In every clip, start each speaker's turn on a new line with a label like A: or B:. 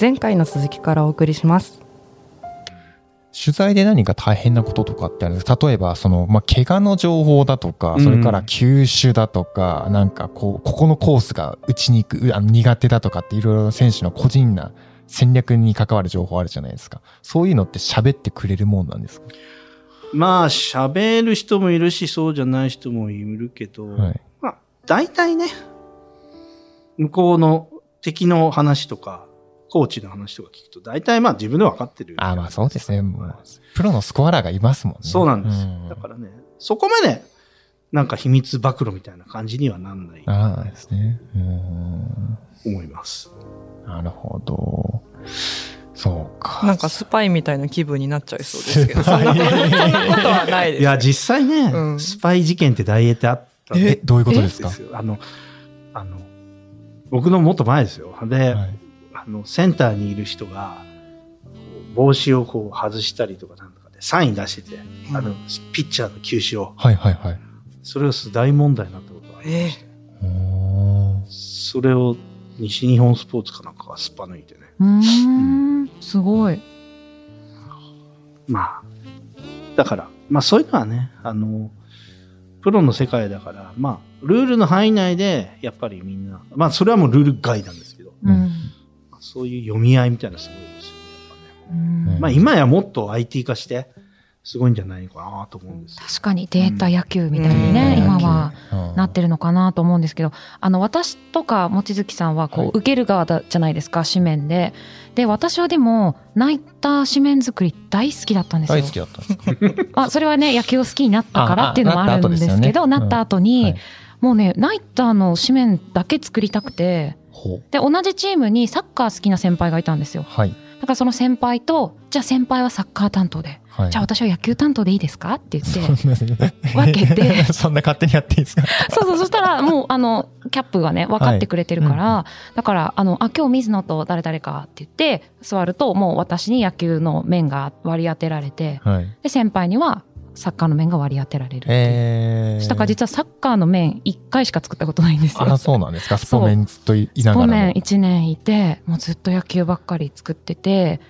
A: 前回の続きからお送りします
B: 取材で何か大変なこととかってあるんですか例えば、その、まあ、怪我の情報だとか、それから球種だとか、なんかこう、ここのコースが打ちにくい、あの苦手だとかっていろいろ選手の個人な戦略に関わる情報あるじゃないですか。そういうのって喋ってくれるもんなんですか
C: まあ、喋る人もいるし、そうじゃない人もいるけど、
B: はい。
C: まあ、大体ね、向こうの敵の話とか、コーチの話とか聞くと、大体まあ自分で分かってる。
B: ああ、まあそうですね。もうプロのスコアラーがいますもんね。
C: そうなんです。
B: あ
C: だからね、そこまで、なんか秘密暴露みたいな感じにはなんない
B: あーですね。うん。
C: 思います。
B: なるほど。そうか。
A: なんかスパイみたいな気分になっちゃいそうですけどそんなことそんなことはないです
C: いや、実際ね、
A: うん
C: スパイ事件って大英ってあったん
B: え、どういうことですか
C: ですよ。あの、あの、僕のもっと前ですよ。で、
B: はい
C: あの、センターにいる人が、こう帽子をこう外したりとかなんとかで、サイン出してて、あの、ピッチャーの球種を、
B: はいはいはい。
C: それが大問題になったことがありまして、
B: うーん
C: それを西日本スポーツかなんかがすっぱ抜いてね、
D: うーん、すごい。
C: まあ、だから、まあそういうのはね、あの、プロの世界だから、まあ、ルールの範囲内で、やっぱりみんな、まあそれはもうルール外なんですけど、
B: う
D: うんん。
C: そういう読み合いみたいなのすごいですよね、やっぱね。
D: うん
C: まあ今やもっと IT 化して、すごいんじゃないかなと思うんですよ。
D: 確かにデータ野球みたいに
A: う
D: ね、
A: ん
D: 今は。
B: うん
D: なってるのかなと思うんですけどあの私とか望月さんはこ
B: はいう
D: 受ける側だじゃないですか紙面でで私はでも泣いた紙面作り大好きだったんですよ
B: 大好きだったんですか
D: まあ、それはね野球を好きになったか
B: ああ
D: らっていうのもあるんですけど
B: な
D: な
B: っ
D: ったた後
B: は
D: に
B: い
D: もうねナイターの紙面だけ作りたくて
B: ほう
D: で同じチームにサッカー好きな先輩がいたんですよ
B: はい
D: だからその先輩とじゃあ先輩はサッカー担当で
B: はい
D: じゃあ私は野球担当でいいですかって言って
B: そんな
D: 分けて
B: そんな勝手にやっていいですか
D: そうそう、そしたら、もう、あの、キャップがね、分かってくれてるから、だから、あの、あ、今日水野と誰々かって言って、座ると、もう私に野球の面が割り当てられて、
B: はい
D: で、先輩にはサッカーの面が割り当てられるっていう。
B: えー
D: したから、実はサッカーの面1回しか作ったことないんですよ。
B: あそうなんですかスポメンツといいながら
D: 去年
B: も
D: 1年いて、もうずっと野球ばっかり作ってて、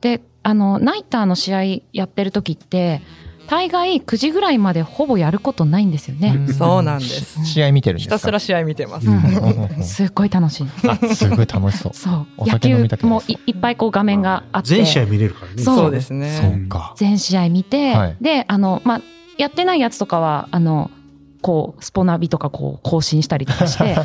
D: で、あの、ナイターの試合やってる時って、大概9時ぐらいまでほぼやることないんですよね。
B: ん
A: そうなんです
B: 試合見てるんで
A: ひ
B: すか
A: たすら試合見てます、
B: うんうんうん
D: すっごい楽しい。
B: あすごい楽 しそう
D: そう
B: お
D: 野
B: 酒飲
D: 球
B: みたくなり
D: も
B: そう
D: いいっぱいこう画面があって
C: 全試合見れるからね。
D: そう
A: そうです
B: そ
A: ね
B: うか
D: 全試合見て、
B: はい
D: であの、まあ、やってないやつとかはあのこうスポナビとかこう更新したりとかして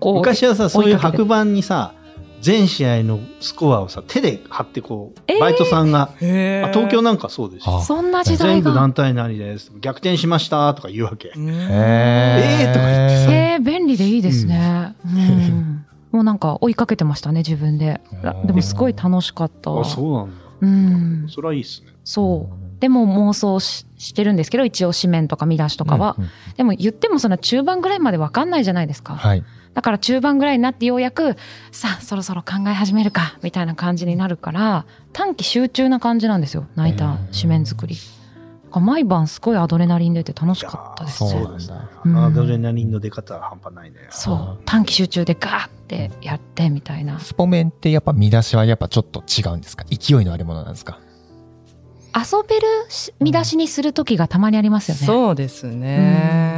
D: こう
C: 昔はさ、そういう
D: 追いかけて
C: 白板にさ、全試合のスコアをさ、手で貼ってこう、
D: えー
C: バイトさんが、
A: へー
C: あ東京なんかそうでし
B: あ
C: ょ。
D: そんな時代
C: 全部
D: が
C: 団体何です。逆転しましたとか言うわけ。
A: うん
B: え
C: えーとか言って
B: え
D: えー便利でいいですね、うんもうなんか追いかけてましたね自分で
B: うん
D: でもすごい楽しかった
C: あ、そうなんだ。
D: うん
C: それはいいっすね。
D: そうでも妄想ししてるんですけど一応紙面とか見出しとかは、
B: うんうん
D: でも言ってもそんな中盤ぐらいまでわかんないじゃないですか、
B: はい
D: だから中盤ぐらいになってようやくさあそろそろ考え始めるかみたいな感じになるから短期集中な感じなんですよ泣いた紙面作り。だから毎晩すごいアドレナリン出て楽しかったです
B: いやー
D: ね
B: そう。
C: ですね。
D: うん
C: アドレナリンの出方は半端ないね。
D: そう短期集中でガーってやってみたいな
B: スポメンってやっぱ見出しはやっぱちょっと違うんですか勢いのあるものなんですか
D: 遊べるし見出しにする時がたまにありますよね
A: そうですね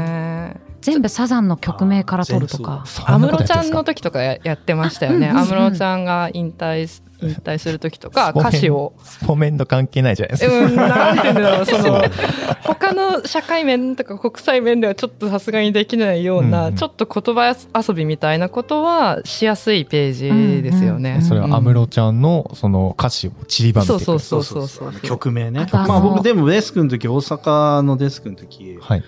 D: 全部サザンの曲名から取るとか
B: そ
A: 安
B: んなこと
A: 室
B: や
A: ち
B: って
A: ゃ
B: んで
A: ん
B: す
A: の
B: か
A: 時とかややってましたよね
D: あうんうん
A: 安室ちゃんが引退す引退する時とか
B: そうね
A: 歌詞を
B: スポメンと関係ないじゃないですか
A: うんなんて言うんだろうその他の社会面とか国際面ではちょっとさすがにできないような、
B: うんうん
A: ちょっと言葉遊びみたいなことはしやすいページですよね、
D: うん
B: それは安室ちゃんのその歌詞を散りばめて
A: そ
B: いうく
A: そうそうそう
C: あの
A: そう
C: 曲名ね
D: あ。とあの
C: まあ僕でもデスクの時、大阪のデスクの時、
B: はい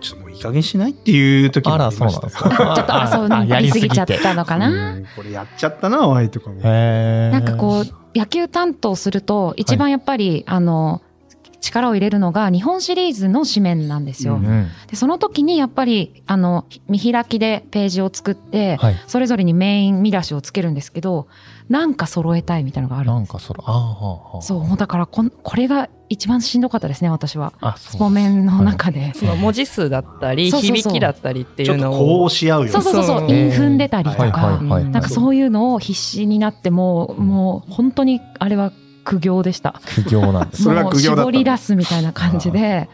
C: ちょっともういい加減しないっていう時も
B: あ
C: あ
B: ら
C: り
B: そうな
C: まし
B: んで
C: た
B: すか
D: ちょっと遊
B: あ
D: びやりすぎちゃっ
B: やり
D: たのかな。
C: うんこれやっちゃったな、ワイとかも。
B: へー
D: なんかこう野球担当すると一番やっぱり、あの力を入れるのが日本シリーズの紙面なんですよ。
C: うん
B: うん
D: でその時にやっぱりあの見開きでページを作って、
B: はい
D: それぞれにメイン見出しをつけるんですけどなんか揃えたいみたいなのがある
B: なんかそれあーはあはあ
D: そうもうだからこんこれが一番しんどかったですね私は
B: あ
D: スポメンの中で、
A: その文字数だったり
D: そうそうそう
A: 響きだったりってい
C: ちょ
A: う
C: っと
A: の
C: こ
A: を
C: うし合うよ
D: そうそうそうそう
A: そう
D: 韻踏んでたりとか、
B: はいはいはい
A: うん
B: は
D: ないんかそういうのを必死になってもうもう本当にあれは苦行でした
B: 苦行なんです
E: それは
D: もう
E: 苦行だった
D: 絞り出すみたいな感じで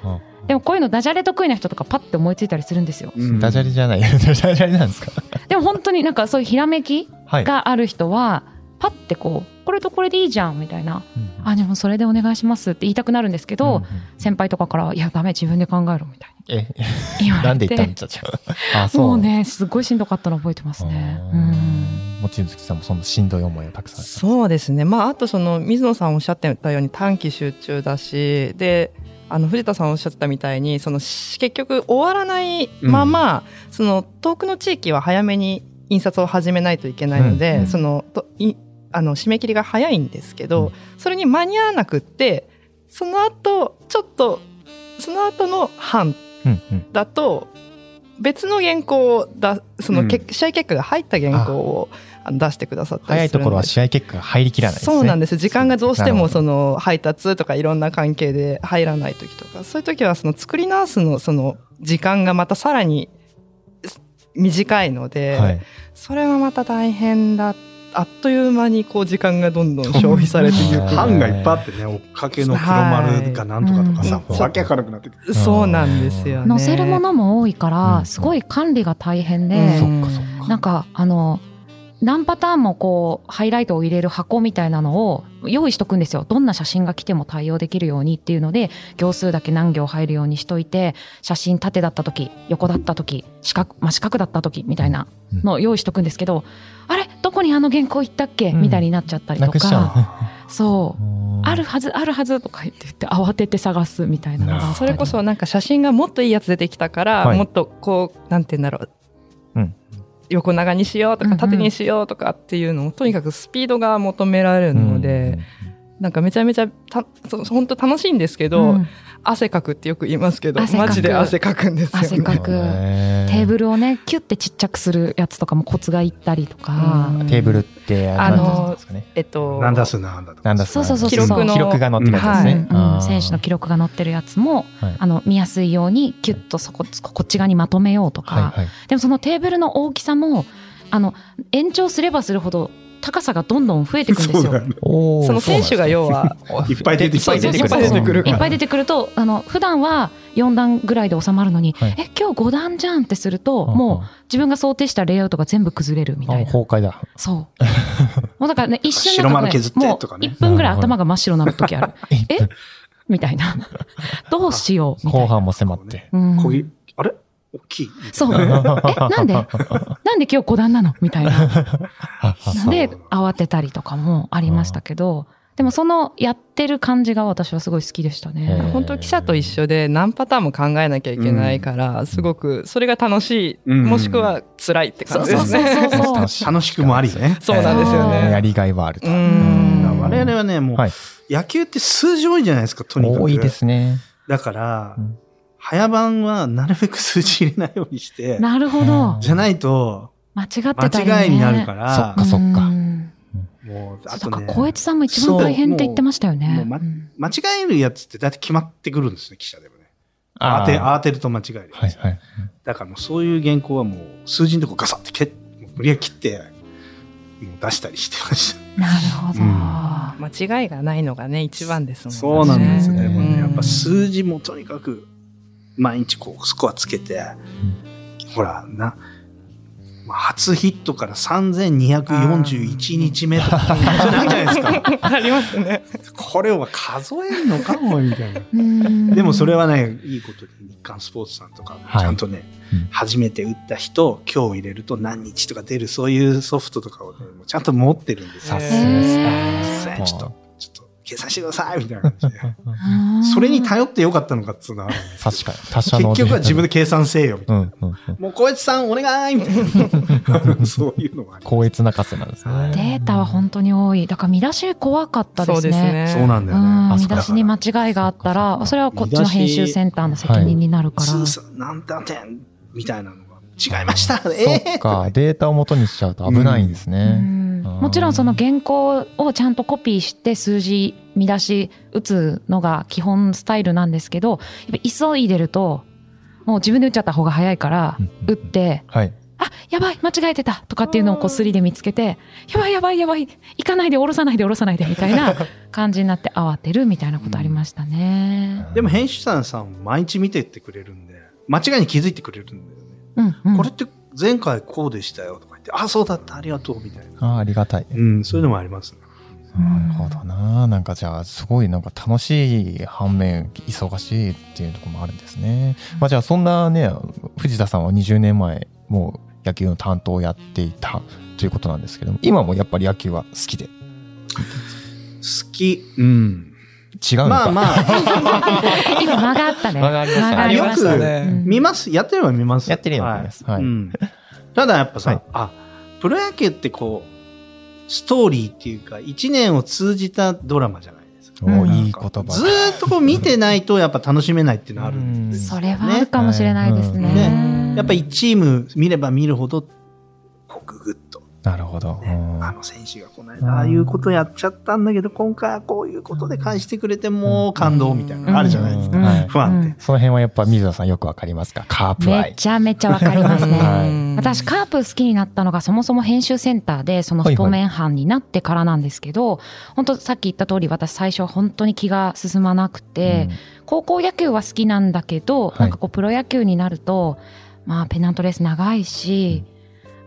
D: でもこういうのダジャレ得意な人とかパッて思いついたりするんですよ
E: うん
B: ダジャレじゃないダジャレなんですか
D: でも本当になんかそういうひらめき
B: はい
D: がある人はパッてこうこれとこれでいいじゃんみたいな「あ
B: っ
D: でもそれでお願いします」って言いたくなるんですけど、先輩とかから「いやダメ自分で考えろ」みたい
B: え
D: に言われ て
B: なんで言ったんじゃじゃああそう
D: もうねすごいしんどかったの覚えてますね
B: あー
D: うん
B: 望月さんもそのしんどい思いをたくさんされ
F: そうですね、まあ、あとその水野さんおっしゃってたように短期集中だしであの藤田さんおっしゃってたみたいにそのし結局終わらないまま、その遠くの地域は早めに印刷を始めないといけないので、
D: うん
F: そのといあの締め切りが早いんですけど、
B: うん
F: それに間に合わなくってその後ちょっとその後の半
B: たうんうん
F: だと別の原稿をだそのけ、
E: う
F: 試合結果が入った原稿をあの出してくださった
B: 早
F: り
B: い
F: する
B: と
F: んで
B: ころは試合結果が入りきらないですね
F: そうなんです時間がどうして
B: なる
F: も
B: ほど
F: その配達とかいろんな関係で入らない時とかそういう時はその作り直すのその時間がまたさらにす短いので、
B: はい
F: それはまた大変だあっという間にこう時間がどんどん消費されてい
B: うん
C: 版がいっぱいあってね追っかけの黒丸がなんとかとかさ、
F: はい
C: ほら
E: わけがなくなってくる。
F: くそうなんですよね
D: 載せるものも多いか
B: う
D: ら
B: ん
D: すごい管理が大変で、
F: うん
B: そっかそっか
D: なんかあの何パターンもこうハイライトを入れる箱みたいなのを用意しとくんですよどんな写真が来ても対応できるようにっていうので行数だけ何行入るようにしといて写真縦だった時横だった時四角真四角だった時みたいなのを用意しとくんですけど、あれどこにあの原稿行ったっけ、
B: うん
D: みたいになっちゃったり
B: な
D: と
B: くしち
D: か
B: ゃ
D: そう
B: うの
D: あるはずあるはずとか言って言って慌てて探すみたいなのがあったり
F: それこそなんか写真がもっといいやつ出てきたから、
B: はい
F: もっとこうなんて言うんだろう、
B: うん
F: 横長にしようと
D: うんう
F: か
D: ん
F: 縦にしようとかっていうのをとにかくスピードが求められるので、なんかめちゃめちゃたそ本当楽しいんですけど、
D: うん
F: 汗かくってよく言いますけど
D: 汗かく
F: マジで汗かくんですよ、ね、
D: 汗かく
B: テ
D: テーブルをねキュッてちっちゃくするやつとかもコツがいったりとか。
F: うん
B: テーブルってあ
F: あの
B: なんですかね
F: えっと
C: なんだすなんだとか
B: なんだっけ
D: そうそうそうそう
F: 記録の
B: 記録が載ってるやつです
F: は
B: ね
F: い
D: うんうん
B: あー
D: 選手の記録が載ってるやつも、
B: はい
D: あの見やすいようにキュッとそこここっち側にまとめようとか、
B: はいはい
D: でもそのテーブルの大きさもあの延長すればするほど高さがどんどん増えていくんですよ。
B: おー
F: その選手が要は
C: ですねいっぱい出てき
B: そうなんです
F: いっぱい出てくる
D: いっぱい出てくるとあの普段は4段ぐらいで収まるのに、
B: はい
D: え今日5段じゃんってすると、もう自分が想定したレイアウトが全部崩れるみ
B: あ
D: たいな。
B: 崩壊だ
D: そう。もうだからね、一瞬
C: 白
D: なん
C: 丸
D: かね
C: 削って
D: もう
C: とかね
D: 1分ぐらい頭が真っ白になる時あ る。えみたいな。 どうしようみた
B: 後
D: いな。
B: 半も迫って
D: うん
C: こぎあれ大きい
D: そう。 え、なんでなんで今日五段なのみたいな。で、慌てたりとかもありましたけど、でもそのやってる感じが私はすごい好きでした
B: へー
D: ね。
F: 本当記者と一緒で何パターンも考えなきゃいけないから、すごくそれが楽しい、
E: うん
F: もしくは辛いって
D: そ
F: 感
D: う
F: じで
D: そう
F: す
D: そう
F: ね。
D: そうそう。
B: 楽しい
C: 楽しくもありね
F: そうなんですよ
D: そう
F: ね。
B: やりがいはあると
F: うん
D: うん
C: 我々はねもう、
B: はい
C: 野球って数字多いじゃないですかとにかく
B: 多いですね
C: だから、
B: うん
C: 早番はなるべく数字入れないようにして
D: なるほど。
C: じゃないと
D: 間違ってたりね。。
C: 間違いになるからら、
B: そっかそっか
D: うん
C: もうあと
D: そうだか
C: ね
D: ら、光悦さんも一番大変って言ってましたよ
C: そうも
D: ね
C: う。もう
D: うん
C: 間違えるやつって大体決まってくるんですね記者でもね
B: あ
C: 当
B: ー
C: て慌てると間違えるやつ
B: はいはい
C: だからもうそういう原稿はもう数字のとこガサッて蹴っ無理やり切ってもう出したりしてました
D: なるほど。
C: うん
F: 間違いがないのがね一番ですもんね。
C: そうなんですね。
B: うん
C: もうねやっぱ数字もとにかく毎日こうスコアつけて、ほらな、まあ初ヒットから3241日目 とかなんじゃないですか。
F: ありますね。
C: これは数えるのかもみたいな。
D: うん
C: でもそれはね、いいことに日刊スポーツさんとかも
B: はい
C: ちゃんとね、
B: うん
C: 初めて打った人を今日入れると何日とか出るそういうソフトとかをね、もうちゃんと持ってるんで
B: さ
C: さ
B: す
C: す
B: が
C: が
B: です
D: へー
B: ね
C: ちょっと、ちょっと計算してくださいみたいな 感じで。
D: うん
C: それに頼ってよかったのかっつうのはあるんですけ
B: 確か
C: ど
B: に。他社
C: 結
B: の
C: 局は自分で
B: で。
C: 計算せえよみた
B: う
C: い
B: ん
C: な。
B: うんうん。
C: もう小越さんお願いみたいな。 そういうのがあり
B: 高越中瀬なんです
C: は
B: ね。
C: い
D: データは本当に多いだから見出し怖かったですね
C: ます。そうなんだ
D: う
C: よね。
D: ん
B: あ
D: 見
B: そうか
D: 出しに間違いがあった
B: そう
D: ら
B: か
D: それはこっちの編集センターの責任になるから、
C: 通算何点点みたいなのが違いました。
B: そ
C: え
B: っ
C: ーとか
B: か、データを元にしちゃうと危ないんです
D: う
B: ね。
D: ん
B: あー
D: もちろんその原稿をちゃんとコピーして数字見出し打つのが基本スタイルなんですけどやっぱ急いでるともう自分で打っちゃった方が早いから
B: うん
D: 打って
B: はい。
D: あやばい間違えてたとかっていうのをこうすりで見つけてやばいやばいやばい行かないで下ろさないで下ろさないでみた いな感じになって慌てるみたいなことありましたね。
C: でも編集者さん毎日見てってくれるんで、間違いに気づいてくれるんだよね。
D: うんうん
C: これって前回こうでしたよとか言って、あ、そうだった、ありがとうみたいな。
B: ああ、ありがたい。
C: うん、そういうのもありますね。
D: うん
B: なるほどな。なんかじゃあ、すごいなんか楽しい反面、忙しいっていうところもあるんですね。まあじゃあ、そんなね、藤田さんは20年前、もう野球の担当をやっていたということなんですけども、今もやっぱり野球は好きで。違う
C: 好き。うん。
B: のか
C: まあまあ、
D: 今間があったね。
B: 間がありましたね
D: 間がありました
C: よく
D: うん
C: 見ます。やってれば見ます。
B: やってるようになります。は。
C: はいい。
B: う
C: うんん。ただやっぱ
B: はい
C: さ、あ、プロ野球ってこう、ストーリーっていうか、一年を通じたドラマじゃないですか。
B: お
D: うん
B: いい言葉だ。
C: ずーっとこう見てないとやっぱ楽しめないっていうのはあるんです
D: それはあるかもしれないですね。
C: ねねやっぱりチーム見れば見るほど、こうググッと、
B: なるほど。
C: ね
B: うん
C: あの選手がこの間ああいうことやっちゃったんだけど、今回はこういうことで返してくれてもう感動みたいなのあるじゃないですか。
B: うんはい
C: 不安定。
B: その辺はやっぱ水田さんよくわかりますかカープ
D: め
B: 愛。
D: ちゃめちゃわかりますね。
B: はい
D: 私カープ好きになったのがそもそも編集センターでその太麺班になってからなんですけど、本当さっき言った通り私最初本当に気が進まなくて、高校野球は好きなんだけど、
B: はい
D: なんかこうプロ野球になるとまあペナントレース長いし、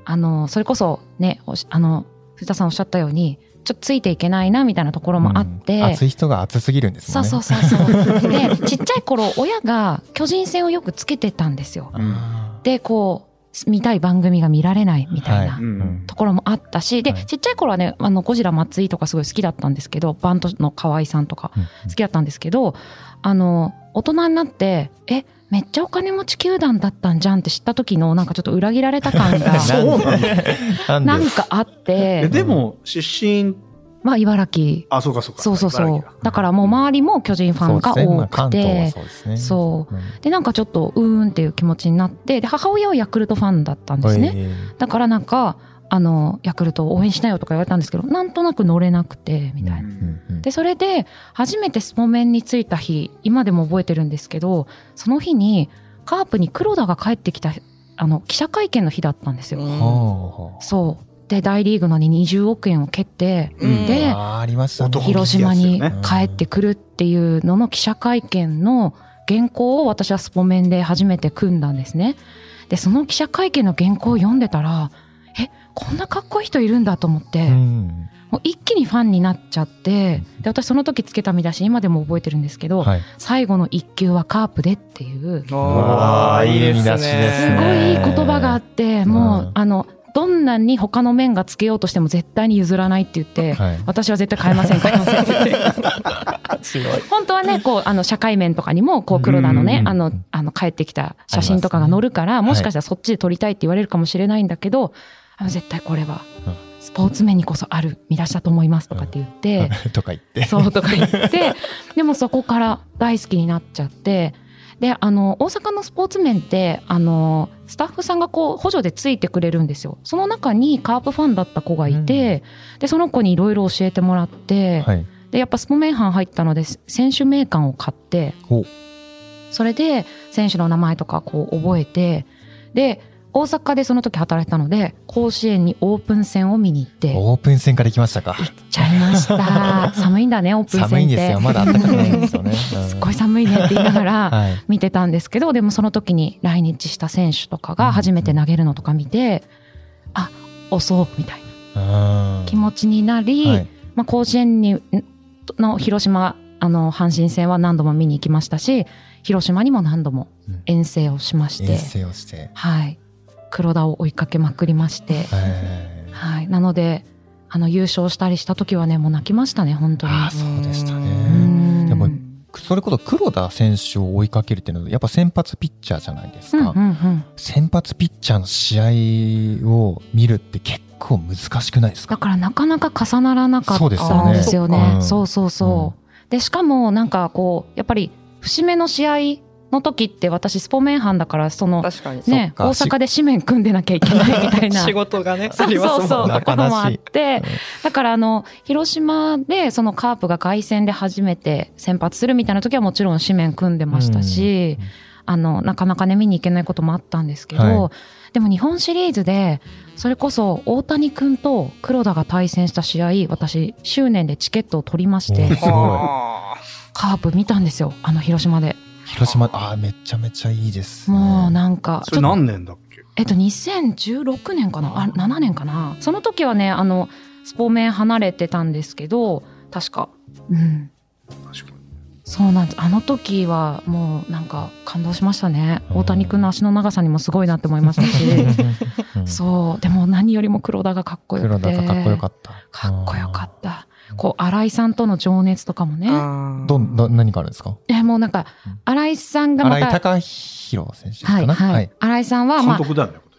D: あのそれこそねおしあの藤田さんおっしゃったようにちょっとついていけないなみたいなところ
B: うん
D: もあって、
B: うん熱い人が熱すぎるんです
D: そ
B: もん
D: う
B: ね。
D: そうそうそう。 で、ちっちゃい頃、親が巨人戦をよくつけてたんですよ。
B: あ
D: で、こう、見たい番組が見られないみたい
B: は
D: ない
C: うん、
D: ところもあったし、で、
B: はい
D: ちっちゃい頃はね、あの、ゴジラ松井とかすごい好きだったんですけど、バンドの河合さんとか
B: ーうん
D: 好きだったんですけど、あの、大人になって、え、めっちゃお金持ち球団だったんじゃんって知った時の、なんかちょっと裏切られた感が
C: そうなんだ。
B: なんで
D: なんかあっ
C: え
D: て、
C: でも、出身、
D: まあ、茨城。
C: あ、そうかそうか。
D: そうそうそ
C: 茨
D: う
C: 城だ。
D: だからもう周りも巨人ファン
B: そうで
D: が
B: すねまあ
D: 多く
B: 関東は
D: て、
B: そうですね。
D: そう
B: うん。
D: でなんかちょっとうーんっていう気持ちになってで母親はヤクルトファンだったんですね、
B: ね。
D: だからなんかあのヤクルトを応援しなよとか言われたんですけどなんとなく乗れなくてみた
B: う
D: いな、
B: んうんうん
D: でそれで初めてスポメンに着いた日今でも覚えてるんですけどその日にカープに黒田が帰ってきたあの記者会見の日だったんですよ、
B: ほうほ
D: そうで大リーグのに20億円を蹴って
B: う
D: で
B: あーありましたね。
C: 男
D: 広島に
C: うん
D: 帰ってくるっていうのの記者会見の原稿を私はスポメンで初めて組んだんですね。でその記者会見の原稿を読んでたらえこんなかっこいい人いるんだと思って、
B: うん
D: もう一気にファンになっちゃってで私その時つけた見出し今でも覚えてるんですけど、
B: はい。
D: 最後の一球はカープでっていうす
B: わーいいですね
D: ごいいい言葉があってもう、
B: うん
D: あのどんなに他の面がつけようとしても絶対に譲らないって言って、
B: はい。
D: 私は絶対変え ません変えませんって言って。本当はねこうあの社会面とかにもこう黒田のね、
B: うん
D: あのあの帰ってきた写真とかが載るか
B: り
D: ら、
B: ますね
D: もしかしたらそっちで撮りたいって言われるかもしれないんだけど、あの絶対これは
B: うん
D: スポーツ面にこそある見出しだと思いますとかって言って、
B: とか言って。
D: そうとか言って でもそこから大好きになっちゃって。であの大阪のスポーツ面ってあのスタッフさんがこう補助でついてくれるんですよその中にカープファンだった子がいて、でその子にいろいろ教えてもらって、
B: はい。
D: でやっぱスポメン班入ったので選手名鑑を買って
B: お
D: それで選手の名前とかこう覚えてで大阪でその時働いてたので甲子園にオープン戦を見に行って行っ
B: オープン戦から行きましたか。
D: ちゃいまし た寒いんだねオープン戦って
B: 寒いんですよ。まだ暖かくないんですよ ね。
D: すっごい
B: い。
D: 寒いねって言いながら
B: はい。
D: 見てたんですけどでもその時に来日した選手とかが初めて投げるのとか見てあ押そうみたいな気持ちになり、
B: はい
D: まあ、甲子園にんの広島あの阪神戦は何度も見に行きましたし広島にも何度も遠征をしまして、
B: 遠征をして。
D: はい、黒田を追いかけまくりまして、
B: はい
D: はい、なのでああの優勝したりした時はねもう泣きましたね本当に。
B: ああそうでした
D: う
B: ね。
D: ん
B: でも
D: うん
B: それこそ黒田選手を追いかけるっていうのはやっぱ先発ピッチャーじゃないです
D: う
B: か。
D: んうん、
B: 先発ピッチャーの試合を見るって結構難しくないです
D: だ
B: か
D: からなかなか重ならなかった
B: そうですよ
D: ん
B: ね
D: ですよね。
B: うん
D: そうそうそう。でしかもなんかこうやっぱり節目の試合の時って私スポメン班だからその
F: 確かに。
D: ね
B: そ
D: 大
B: っかし
D: 阪で紙面組んでなきゃいけないみたい な。
F: 仕事がね、
D: そ
F: あ
D: う
F: りますもん
D: そ
F: ね。
D: うそう、
B: な
D: こ
B: か
D: と
B: なし
D: もあって
B: うん、
D: だからあの、広島でそのカープが凱旋で初めて先発するみたいな時はもちろん紙面組んでましたし、あの、なかなかね、見に行けないこともあったんですけど、
B: は
D: でも日本シリーズで、それこそ大谷君と黒田が対戦した試合、私、執念でチケットを取りまして
B: お、ーすご
F: は
D: カープ見たんですよ、あの広島で。
B: い広島ああめちゃめちゃいいですね、
D: もうなんか、
C: それ何年だっけ
D: えっと、2016年かなあ7年かなその時はねあのスポメン離れてたんですけど確かうん
C: 確かに
D: そうなんですあの時はもうなんか感動しましたね
B: うん
D: 大谷君の足の長さにもすごいなって思いましたし
B: うん
D: そうでも何よりも黒田がかっこよく
B: 黒
D: て
B: 田がかっこよかった
D: かっこよかった
B: うん
D: こう新井さんとの情熱とかもね
B: うん
F: あ
B: どんな何があるんですか
D: えもうなんか
B: うん
D: 新井さんがま
B: 新井
D: た
B: 貴弘選手か
D: はい
B: な
D: はい、新井さんは
C: 監
D: まあ
C: 督だよね、今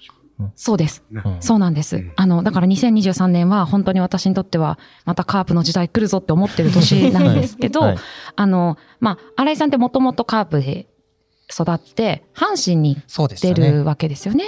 C: 年。
D: そうです
B: うん
D: そうなんです。
C: うん
D: あの、だから2023年は本当に私にとっては、またカープの時代来るぞって思ってる年なんですけど、
B: はい
D: あの、まあ、新井さんってもともとカープで育って、阪神に
B: そうでし
D: 出
B: たね
D: るわけですよね。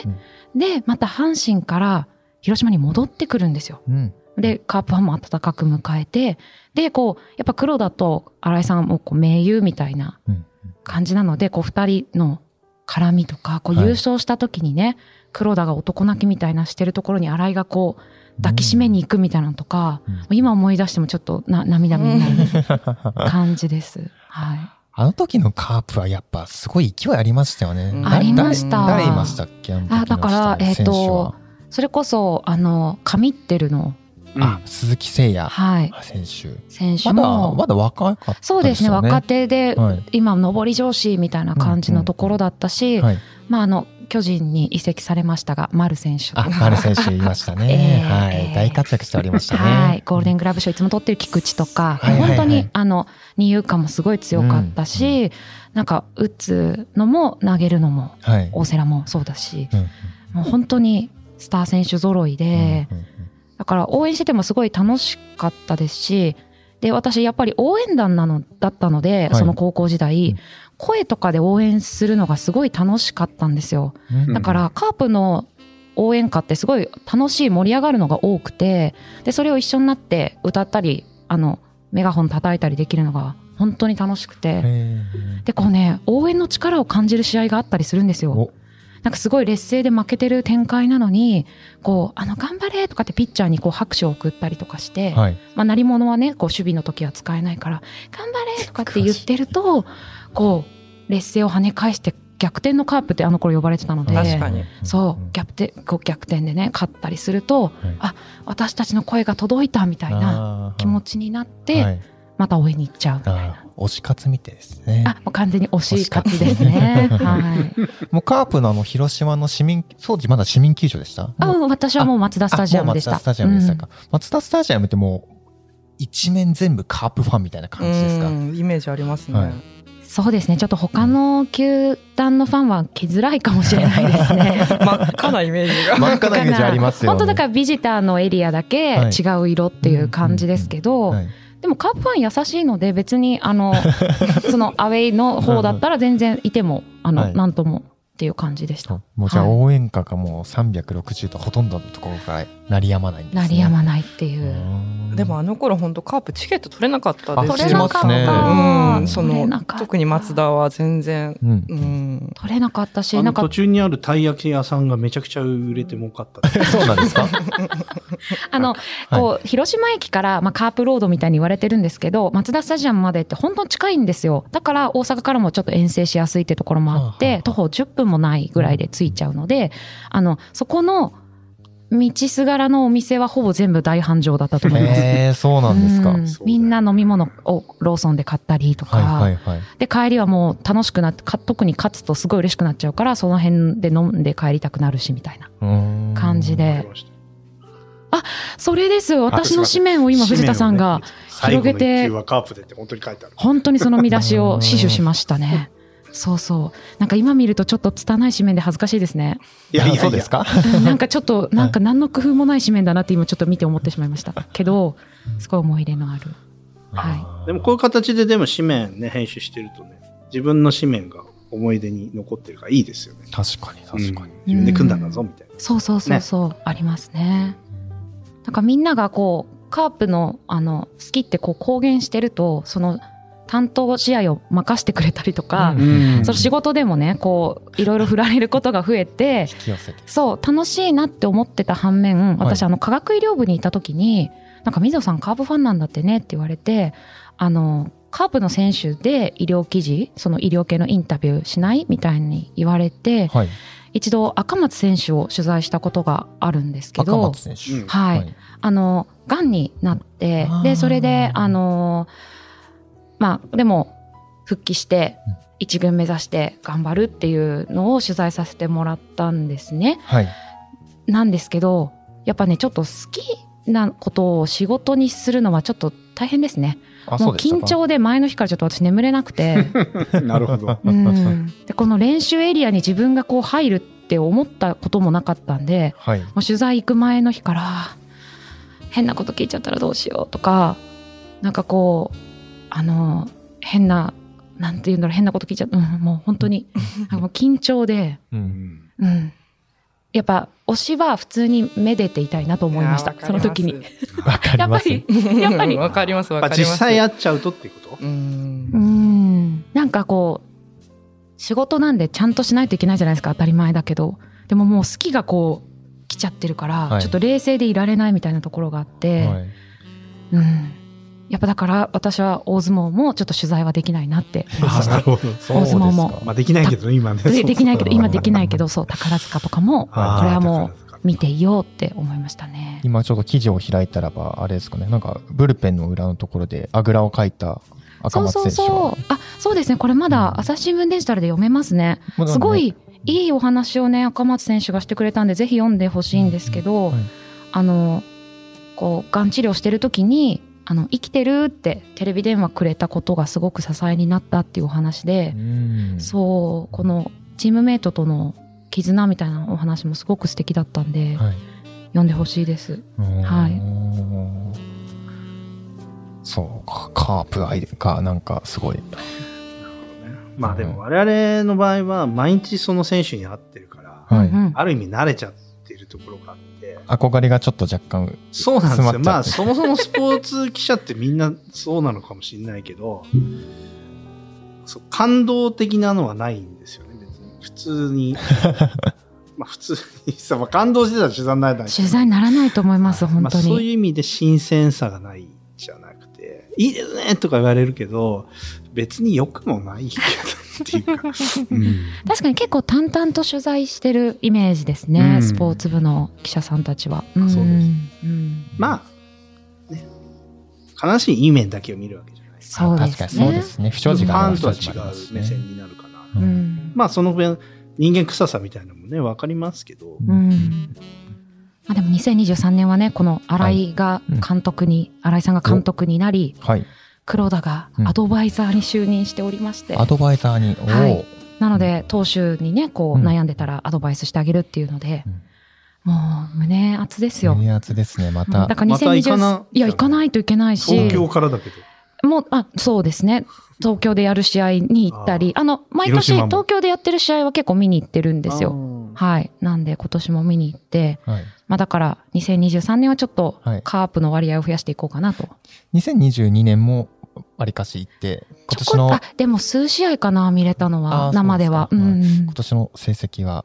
D: で、また阪神から広島に戻ってくるんですよ。
B: うん
D: で、カープファンも温かく迎えて、で、こう、やっぱ黒田と新井さんもこう盟友みたいな
B: うん
D: 感じなので、こう二人の絡みとか、こう
B: はい
D: 優勝した時にね、黒田が男泣きみたいなしてるところに新井がこう抱きしめに行くみたいなのとか、
B: うん
D: 今思い出してもちょっとな涙目になる感じです。 はい。
B: あの時のカープはやっぱすごい勢いありましたよね
F: うん
B: だ
D: ありました
B: 誰誰いましたっけあの時の
D: あだから
B: 選手は
D: えーとそれこそ、あの、神ってるの、
B: あ鈴木誠也
D: はい、
B: 選手
D: 選手
B: まだ
D: も、
B: まだ若かったですよね
D: そうですね、若手で、
B: はい
D: 今、上り上司みたいな感じのところだったし、
B: はい、
D: まあ、あの、巨人に移籍されましたが、丸選手。
B: あ、丸選手いましたね。
D: えー
B: はい、大活躍しておりましたね。
D: はい、ゴールデングラブ賞いつも取ってる菊池とか、
B: はいはいはい
D: 本当にあの二遊間もすごい強かったし、なんか打つのも投げるのも
B: はい。
D: 大瀬良もそうだし、
B: うんうん
D: もう本当にスター選手揃いで、
B: うんうん
D: だから応援しててもすごい楽しかったですし、で、私やっぱり応援団なの、だったの
B: は
D: で、
B: い
D: その高校時代、
B: うん
D: 声とかで応援するのがすごい楽しかったんですよ。
B: うん
D: だからカープの応援歌ってすごい楽しい盛り上がるのが多くて、で、それを一緒になって歌ったり、あの、メガホン叩いたりできるのが本当に楽しく
B: へ
D: て、
B: ー
D: で、こうね、応援の力を感じる試合があったりするんですよ。
B: お
D: なんかすごい劣勢で負けてる展開なのに、こう、あの、頑張れとかってピッチャーにこう拍手を送ったりとかして、
B: はい。
D: まあ、鳴り物はね、こう、守備の時は使えないから、頑張れとかって言ってると、こう、劣勢を跳ね返して、逆転のカープってあの頃呼ばれてたので、
F: 確かに
D: そう、逆転、こう逆転でね、勝ったりすると、
B: い
D: あ、私たちの声が届いたみたいな
B: な
D: 気持
B: ち
D: ちになって、また応援に行っちゃうみたいな。
B: 推し活みたいですね。
D: あ、もう完全に惜しい勝ちですね。
B: 惜しかった
D: はい。
B: もうカープのあの広島の市民、当時まだ市民球場でした
D: あ、私はもう松田スタジアムでした。
B: あもう松田スタジアムでしたか。松田スタジアムってもう一面全部カープファンみたいな感じですか。
F: うんイメージあります
B: はい
F: ね。
D: うんそうですね。ちょっと他の球団のファンは来づらいかもしれない ですね。
F: 真っ赤なイメージが。
B: 真っ赤なイメージありますよね。
D: 本当だからビジターのエリアだけ
B: はい
D: 違う色っていう感じですけど、
B: はい
D: でもカープファン優しいので別にあのそのアウェイの方だったら全然いてもあの、
B: はい
D: なんともっていう感じでし
B: そ
D: た
B: う。もうじゃあ
D: はい
B: 応援歌がもう360度ほとんどのところが鳴りやまないんです、ね。
D: 鳴りやまないっていうう。
B: ん
F: でもあの頃本当カープチケット取れなかったです
B: あ
F: よ
B: 取れなかった取れなかった
F: うん、そ
D: 取れ
F: の
D: なかった
F: 特に松田は全然、
B: うん
F: う。ん、
D: 取れなかったし、
C: あ
D: な
C: の
D: んか
C: 途中にあるたい焼き屋さんがめちゃくちゃ売れて儲かったって。
B: そうなんですか
D: あの、こう、広島駅から、まあ、カープロードみたいに言われてるんですけど、松田スタジアムまでって本当に近いんですよ。だから大阪からもちょっと遠征しやすいってところもあっ
B: はあは
D: て
B: あ、
D: 徒歩10分もないぐらいで着いちゃうので、あの、そこの道すがらのお店はほぼ全部大繁盛だったと思います。
B: えー、そうなんですか。
D: う
C: そうだよ
D: みんな飲み物をローソンで買ったりとか、
B: はいはいはい。
D: で帰りはもう楽しくなってか特に勝つとすごい嬉しくなっちゃうからその辺で飲んで帰りたくなるしみたいな
B: うーん
D: 感じ。で
C: ました
D: それです私の紙面を今藤田さんが広げて
C: 最後の一球はカープでって本当に書いてある。
D: 本当にその見出しを死守しましたね。そうそう。なんか今見るとちょっと拙い紙面で恥ずかしいで すね。
C: いやいやいや
B: そうですか
D: うんなんかちょっと、なんか何の工夫もない紙面だなって今ちょっと見て思ってしまいました。けど、すごい思い入れのある。は
C: でもこういう形ででも紙面ね、編集してるとね、自分の紙面が思い出に残ってるからいいですよね。
B: 確かに確かに。
C: うん自分で組んだんだぞ、みたいな。
D: そうそうそうそう、ありますね。なんかみんながこう、カープの、あの、好きってこう公言してると、その、担当試合を任してくれたりとか、
B: うん
D: その仕事でもね、こう、いろいろ振られることが増えて、
B: 引き寄せて。
D: そう、楽しいなって思ってた反面、私、あの、科学医療部にいた時に、なんか、水野さんカープファンなんだってねって言われて、あの、カープの選手で医療記事、その医療系のインタビューしないみたいに言われて、
B: はい。
D: 一度赤松選手を取材したことがあるんですけ
B: 赤
D: ど
B: 松、選手。
C: うん
D: はい。あの、癌になって
B: あ、ー
D: で、それで、あの、まあ、でも、復帰して
B: うん、
D: 一軍目指して頑張るっていうのを取材させてもらったんですね。
B: はい。
D: なんですけどやっぱねちょっと好きなことを仕事にするのはちょっと大変ですね
B: あ、
D: も
B: そううでした
D: 緊
B: か。
D: 張で前の日からちょっと私眠れなくて、
C: なるほど。
D: うん、でこの練習エリアに自分がこう入るって思ったこともなかったんで
B: はい。
D: もう取材行く前の日から変なこと聞いちゃったらどうしようとかなんかこうあの変ななんて言うんだろう変なこと聞いちゃった、うん、もう本当にあのもう緊張で。
B: うん。
D: うん、やっぱ推しは普通にめでていたいなと思いましたその時に。
B: わかり
D: やっぱ
B: ます。
D: りやっぱり
F: わかりますわ
C: ま
F: か
C: あ
F: ります。
C: 実際やっちゃうとっていうこと
F: うん
D: うんなんかこう仕事なんでちゃんとしないといけないじゃないですか当たり前だけどでももう好きがこう来ちゃってるから、
B: はい
D: ちょっと冷静でいられないみたいなところがあって、
B: はい
D: うん、やっぱだから私は大相撲もちょっと取材はできないな って
C: あなるほど。
B: そうですか
D: 大相撲も
C: まあできないけどね今ね。
D: でできないけど今できないけどそう宝塚とかも これ
C: あー
D: はも
C: 宝塚
D: う見ていようって思いましたね。
B: 今ちょっと記事を開いたらば、あれですかね。なんか、ブルペンの裏のところで、あぐらをかいた赤
D: そう
B: 松選
D: そう
B: 手は
D: そうあそうですねこれまだ朝日新聞デジタルで読めますね。
B: まあ
D: すごいいいお話をね赤松選手がしてくれたんでぜひ読んでほしいんですけど、
B: はい
D: あのこうがん治療してる時にあの「生きてる?」ってテレビ電話くれたことがすごく支えになったっていうお話で、
B: うん
D: そうこのチームメイトとの絆みたいなお話もすごく素敵だったんで、
B: はい。
D: 読んでほしいです。はい
B: い。そうか、カープ愛がなんかすごい。
C: まあでも我々の場合は毎日その選手に会ってるから、
B: はい
D: うんうん
C: ある意味慣れちゃってるところがあって。
B: 憧れがちょっと若干、
C: そうなんですよ。
B: 詰ま
C: ま
B: っ
C: あ
B: ち
C: そもそもスポーツ記者ってみんなそうなのかもしれないけど、そう感動的なのはないんですよね、別に。普通に。まあ普通にさ、まあ、感動してたら取材にならない
D: 取材にならないと思います本
C: まあ、
D: 当
C: そういう
D: に。
C: 意味で新鮮さがないじゃなくて、いいですねとか言われるけど、別に良くもないけどっていうか。うん
D: 確かに結構淡々と取材してるイメージですね、
C: うん
D: スポーツ部の記者さんたちは。
C: あそうです
D: うん
C: まあ、ね、悲しいいい面だけを見るわけじゃないですか。
D: そうで
B: 確
D: すね。
B: かにそうですね。不祥
C: フ
B: 事があ
C: ァ
B: る
C: ンとは
B: 不祥事がありま
C: 違
B: す
C: う
B: ね
C: 目線になるかな。
B: う
D: うんん。
C: まあその分、人間臭さみたいなのもね、わかりますけど、
D: うん。まあでも2023年はね、この新井が監督に、新井さんが監督になり、
B: はい。
D: 黒田が
B: うん
D: アドバイザーに就任しておりまして、
B: アドバイザーに、おお、
D: はいなので投手にね、こ
B: う
D: う
B: ん
D: 悩んでたらアドバイスしてあげるっていうので、もう胸熱ですよ。
B: 胸熱ですね、ま
D: だ
B: た。
D: から
C: また行か
D: 2023、
C: ない
D: や、行かないといけないし、
C: 東京からだけど。
D: もう、あ、そうですね。東京でやる試合に行ったり、あの、毎
C: 広
D: 年
C: 島も
D: 東京でやってる試合は結構見に行ってるんですよ。
C: よ。
D: はい。なんで今年も見に行って、
B: はい、
D: まあだから2023年はちょっと
B: はい
D: カープの割合を増やしていこうかなと。
B: 2022年もわりかし行って、今
D: ちょ
B: 年
D: こ
B: の、
D: あ、でも数試合かな、見れたの
B: あ
D: は、
B: ー
D: 生では。
B: そううですか
D: ん
B: 今。年の成績は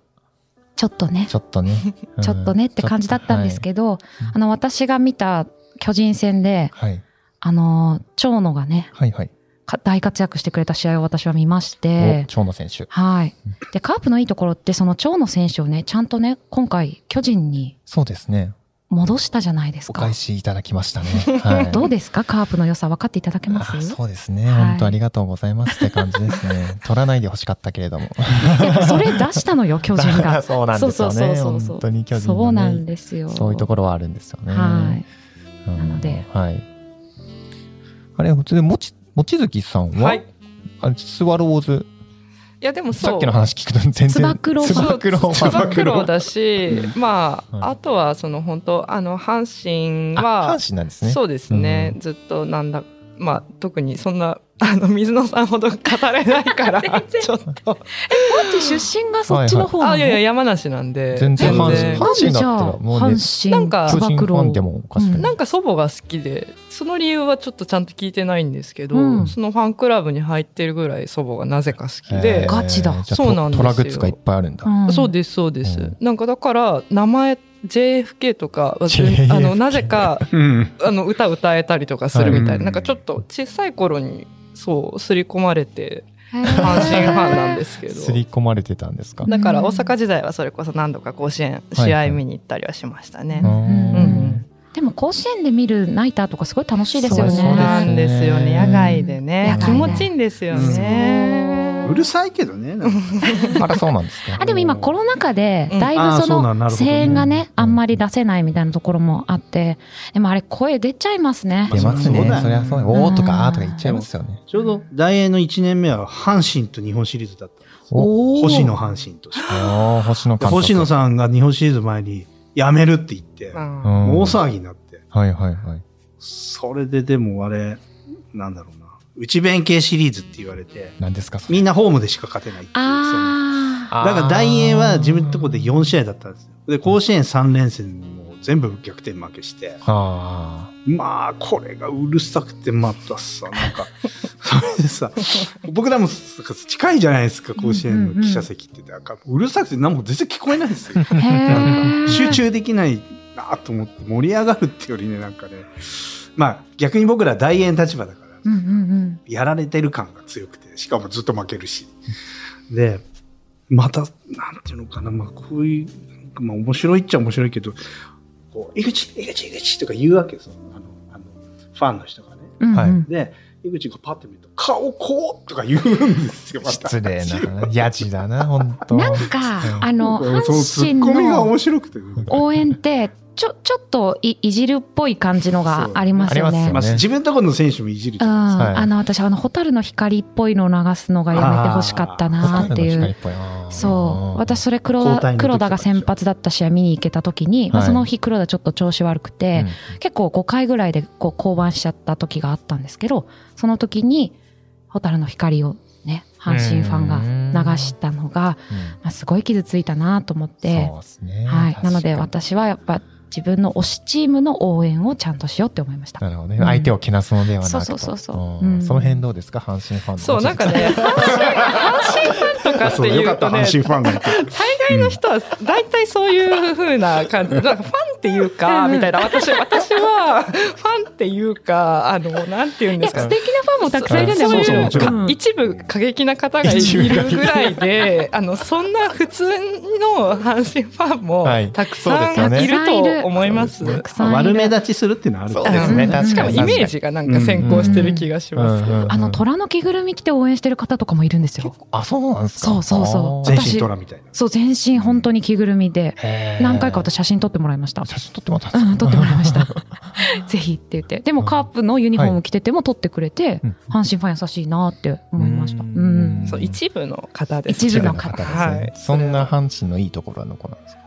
D: ちょっとね、
B: ちょっとね、 うん
D: ちょっとねって感じだったんですけど、あの、私が見た巨人戦で、
B: はい、
D: あの、長野がね、
B: はいはい
D: か大活躍してくれた試合を私は見まし
B: はい、
D: て
B: お、長野選手
D: はい
B: うん。
D: で、カープのいいところって、その長野選手をね、ちゃんとね、今回、巨人に
B: そうですね
D: 戻したじゃないです
B: お
D: か
B: 返。しいただきました ね。はい、
D: どうですかカープの良さ分かっていただけます
B: あそうですね、
D: はい
B: 本当ありがとうございますって感じです ね。取らないで欲しかったけれども。
D: いやそれ出したのよ巨人が
B: そうなんですよね。
D: そうそうそうそう
B: 本当に巨人がね
D: そうなんですよ
B: そういうところはあるんですよね。
D: はい
B: うん
D: なので
B: はい。あれ、普通でもち、もちづきさんは、
F: はい
B: あれスワローズ、
F: いやでもそう
B: さっきの話聞くと全然。
D: つば九郎
B: つば九郎
F: つば九郎だし、まあ、
B: はい
F: あとはその本当あの阪神
B: あ
F: は
B: 阪神なんですね。
F: そうですね、ずっとなんだまあ特にそんなあの水野さんほど語れないからちょっと
D: 高知出身がそっちの方なの、
F: あいやいや山梨なんで
B: 全然阪
F: 全
B: 神。阪神
D: なんで
B: だっ
D: じ
B: た
D: ゃあ
B: らもうね、
D: 阪神
F: なんか
B: 巨人
D: つば九
B: フ
D: 郎
B: ァンでもおかしくない。
D: うん
F: なんか祖母が好きでその理由はちょっとちゃんと聞いてないんですけど、
D: うん
F: そのファンクラブに入ってるぐらい祖母がなぜか好き
B: え
F: で
B: ー、
D: ガチだ
B: じゃあ
F: そうなんですよ
B: トラグッズがいっぱいあるんだ。
D: うん
F: そうですそうです、
B: うん
F: なんかだから名前 JFK とかは
B: JFK
F: あのなぜか
C: うん。
F: あの歌歌えたりとかするみたいな、
C: はい
F: なんかちょっと小さい頃にそう刷り込まれて
D: 阪
F: 阪神ファンなんですけ ど
B: すり込まれてたんですか。
F: だから大阪時代はそれこそ何度か甲子園試合見に行ったりはしましたね、
D: うん
B: うん
D: でも甲子園で見るナイターとかすごい楽しいですよね
B: そう
F: そうなんですよね
B: そうですね
F: 野外でね
D: 野
F: 気
D: 外ね
F: 持ちいいんですよね、
C: うるさいけどね。なんか
B: あら、そうなんですか。
D: あでも今コロナ禍で
F: うん
D: だいぶそ
C: あーそうなんな
D: の
C: るほど
D: 声
C: ね
D: 援がねあんまり出せないみたいなところもあってでもあれ声出ちゃいますね
B: 出ますね
C: そうだ。ね
B: そりゃそうだ。おーとかあーとか言っちゃいますよね。
C: ちょうど大英の1年目は阪神と日本シリーズだったんです。
B: お
C: 星野阪神として。
B: おー星野
C: で
B: 監督。
C: 星野さんが日本シリーズ前に辞めるって言って、
B: う
F: あ
B: ん。
C: 大騒ぎになって。
B: はいはいはい。
C: それででもあれ、なんだろうな。内弁慶シリーズって言われて、
B: 何ですか、それ
C: みんなホームでしか勝てないっていう
D: ああ
C: だから大英は自分のとこで4試合だったんですよ。で、甲子園3連戦も全部逆転負けして、
B: あ
C: まあ、これがうるさくて、またさ、なんか、それでさ、僕らもなんか近いじゃないですか、甲子園の記者席って。だから、うるさくて、なんも全然聞こえないんですよ。
D: へえ
C: 集中できないなと思って、盛り上がるってよりね、なんかね、まあ、逆に僕ら大英の立場だから、
D: うんうん
C: やられてる感が強くて、しかもずっと負けるし。 で、また、なんていうのかな、まあ、こういう、なんかまあ、面白いっちゃ面白いけど、こう、井口、井口、井口とか言うわけですよ。あの、あの、ファンの人がね。
D: うんうん
B: はい
D: うん
C: で、井口がパッて見ると、顔こうとか言うんですよ、
B: あ。
C: また
B: 失礼な。やじだな、本当。
D: なんか あの
C: なんかそのツ
D: 阪神
C: ッコミが
D: の
C: 面白くて、ね
D: 応援ってちょ ちょっといいじるっぽい感じのがあります
B: そうあ
D: よね
B: り
C: まあ、自分のところの選手もいじるじ
D: うん、
C: ゃん。
B: はい
D: あの私あの蛍の光っぽいの流すのがやめてほしかったなーってい
B: 蛍の光
D: う
B: っぽいな
D: そう私それ黒
C: 交代
D: 田
C: の時
D: 黒田が先発だった試合見に行けた時に、まあ、
B: はい
D: その日黒田ちょっと調子悪くて、
B: うん
D: 結構5回ぐらいでこう降板しちゃった時があったんですけどその時に蛍の光をね阪神ファンが流したのが、
B: うん
D: まあ、すごい傷ついたなと思って
B: そう、ですね。
D: はい、なので
B: 確か
D: 私はやっぱ自分の推しチームの応援をちゃんとしようって思いました。
B: に。なるほどね。
D: うん
B: 相手をけなすのではなくと。
D: そうそうそうそうんうん
B: その辺どうですか、阪神ファンの。
F: そうなんかね阪神阪神ファンとかって
C: そうよ
F: い
C: か
F: う
C: った、
F: と
C: 阪
F: ね
C: 神ファンがいて。
F: 大概の人は大体そういう風な感じなんかファンっていうかみたいな私私はファンっていうかあのなんて言うん
D: い
F: で
D: や
F: す
D: 素敵
F: か
D: なファンもたくさんいるんだよ
F: そう
D: も
F: い
D: ち
F: う
D: ろん
C: もちろん
D: うん
F: 一部過激な方がい
B: 一部過
F: る
B: 激
F: ぐらいで、あの、そんな普通の阪神ファンも
B: はい
F: たくさ
B: そう
F: ん
B: ですよね
F: いると思います。
D: た
F: なん
D: く
F: か
D: さんいる
C: 悪目立ちするっていうのはある
B: そう
C: か
B: で
C: ら
B: すね。
D: うん
B: 確かに。
F: イメージがなんか先行してる気がしますけ
B: うんうんうん
F: ど。
D: あの虎の着ぐるみ着て応援してる方とかもいるんですよ。
B: あ、そうなんですか。
D: そうそうそう
B: あー
C: 全身虎みたいな。
D: そう全身本当に着ぐるみで
B: へー
D: 何回か私写真撮ってもらいました。
B: 写真撮ってもらった
D: うんん、
B: です
D: 撮っ
B: か
D: てもらい ました。ぜひって言って。でもカープのユニフォーム着てても撮ってくれて、
B: うん
D: 阪神ファン優しいなって思いました。
B: う
D: うんん。
F: そう、一部の方です。
D: 一部の
B: 方
D: 方
B: ですね、
F: はい
B: そんな阪神のいいところはどこなんですか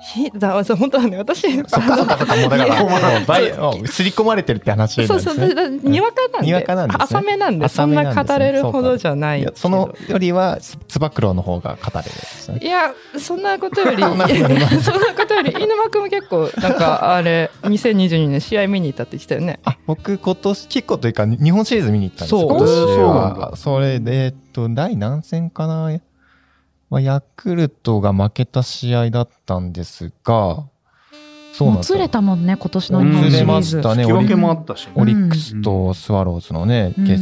F: ひだそう本当はね、私、
B: そっかそっかそっかも うだからもうバイもう刷り込まれてるって話なん
F: そ
B: で
F: うそ
B: す
F: う、
B: ね
F: だだにわかなんで。
B: にわかなんですね
F: 浅めなんで、
B: 浅
F: そ
B: め
F: ん
B: なんですね
F: な語れるほどじゃないい
B: やそのよりはつつば九郎の方が語れるんですね
F: いや、そんなことよ り、
B: そ
F: そ
B: ん
F: ん
B: な
F: な
B: ことより
F: ことより、飯沼君も結構、なんか、あれ、2022年試合見に行ったって言ってたよね。
B: あ僕今年結構というか日本シリーズ見に行ったんですよ
F: そう
B: 今年
C: そうなん
B: はそれでえっと第何戦かな、まあ、ヤクルトが負けた試合だったんですがそうなん
D: も
B: で
D: う
B: す
D: 釣れ
B: よ
D: たもんね、今年の日
B: も
D: 本
B: つ
D: シリ
B: れ
D: ー
B: ま
D: ズ
B: し。たね
C: 引き分けもあったしね。
B: オリックスとスワローズのね、
D: うん
B: 決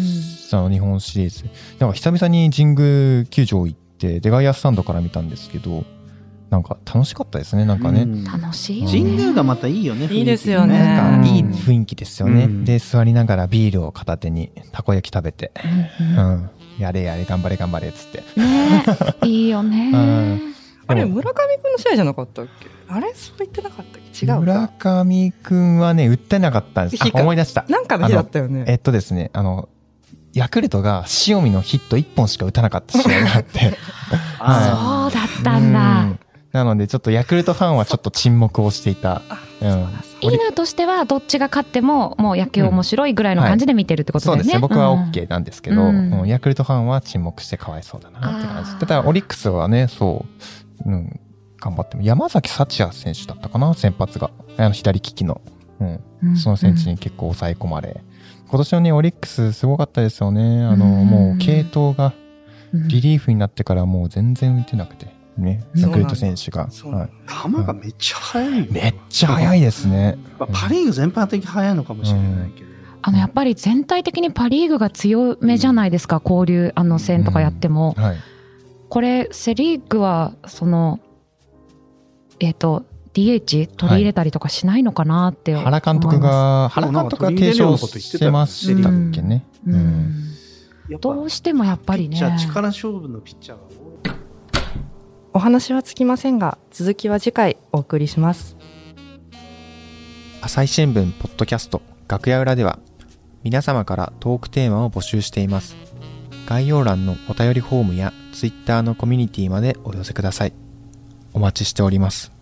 B: 算の日本シリーズ、なんか久々に神宮球場行って、で、外野スタンドから見たんですけど、なんか楽しかったですね、なんかね。
D: 楽しいよね
C: 神宮がまたいいよね。
F: いいですよね
B: なんかいい
D: うん
B: 雰囲気ですよね、
C: うん
B: で、座りながらビールを片手にたこ焼き食べて、
D: うんうん
B: うん。やれやれ、頑張れ頑張れ、つって。
D: ねえいいよね
B: うん
F: あれ
B: でも
F: 村上君の試合じゃなかったっけあれそう言ってなかったっけ違う
B: 村
F: か
B: 上くんはね、売ってなかったんです。
F: いい
B: あ
F: か
B: 思い出した。
F: なんかの日だったよね
B: えっとですね、あの、ヤクルトが塩見のヒット1本しか打たなかった試合があって。
C: あ
D: そうだったんだ
B: うんなので、ちょっとヤクルトファンはちょっと沈黙をしていた。うんオリ
D: 犬としてはどっちが勝ってももう野球面白いぐらいの感じで見てるってこと
B: そ
D: だ
B: う
D: よね、
B: ですね。僕は OK なんですけど、
D: うん
B: うんヤクルトファンは沈黙してかわいそうだなって感
D: あ
B: じ。
D: ー
B: ただ、オリックスはね、そう、うん、頑張っても、山崎幸也選手だったかな、先発が。あの、左利きの。うん。
D: うん
B: その選手に結構抑え込まれ。今年のね、オリックスすごかったですよね。あの、
D: うん
B: もう系統が
D: うん
B: リリーフになってからもう全然打てなくて、ね、
D: うん
B: ヤクルト選手が。
F: そうなんだ
B: はい
C: あ。球がめっちゃ速いよ。
B: めっちゃ速いですね。
C: まあパリーグ全般的に速いのかもしれないけど。
D: あのやっぱり全体的にパ・リーグが強めじゃないですか、交流あの戦とかやっても、
B: はい。
D: これセ・リーグはそのえっ、と DH 取り入れたりとかしないのかなって思います、
B: 原監督が、原監督が提唱してましたっけね。
D: うん、
B: うん
C: やっぱ
D: どうしてもやっぱり
C: ピ
D: ね
C: ッチャー力勝負のピッチャーが多い。
F: お話はつきませんが続きは次回お送りします
E: 朝日新聞ポッドキャスト楽屋裏では皆様からトークテーマを募集しています概要欄のお便りフォームや Twitter のコミュニティまでお寄せくださいお待ちしております